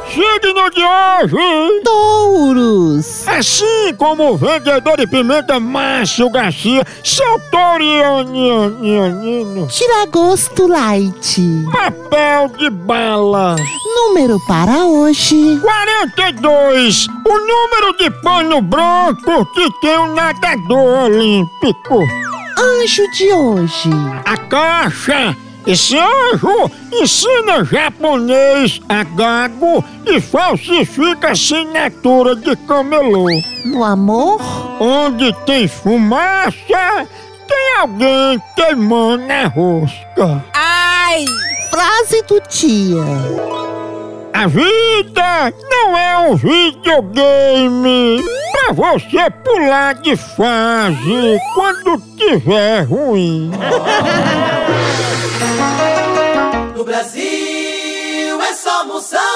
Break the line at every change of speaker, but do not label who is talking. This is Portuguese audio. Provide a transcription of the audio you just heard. programa de hoje.
Touros!
Assim como o vendedor de pimenta Márcio Garcia, seu Torianino,
Tira gosto light.
papel de bala.
Número para hoje.
42. O número de pano branco que tem um nadador olímpico.
Anjo de hoje.
A caixa. Esse anjo ensina japonês a gago e falsifica assinatura de camelô.
No amor,
Onde tem fumaça, tem alguém queimando a rosca.
frase do dia.
A vida não é um videogame pra você pular de fase quando tiver ruim.
No Brasil é só moção.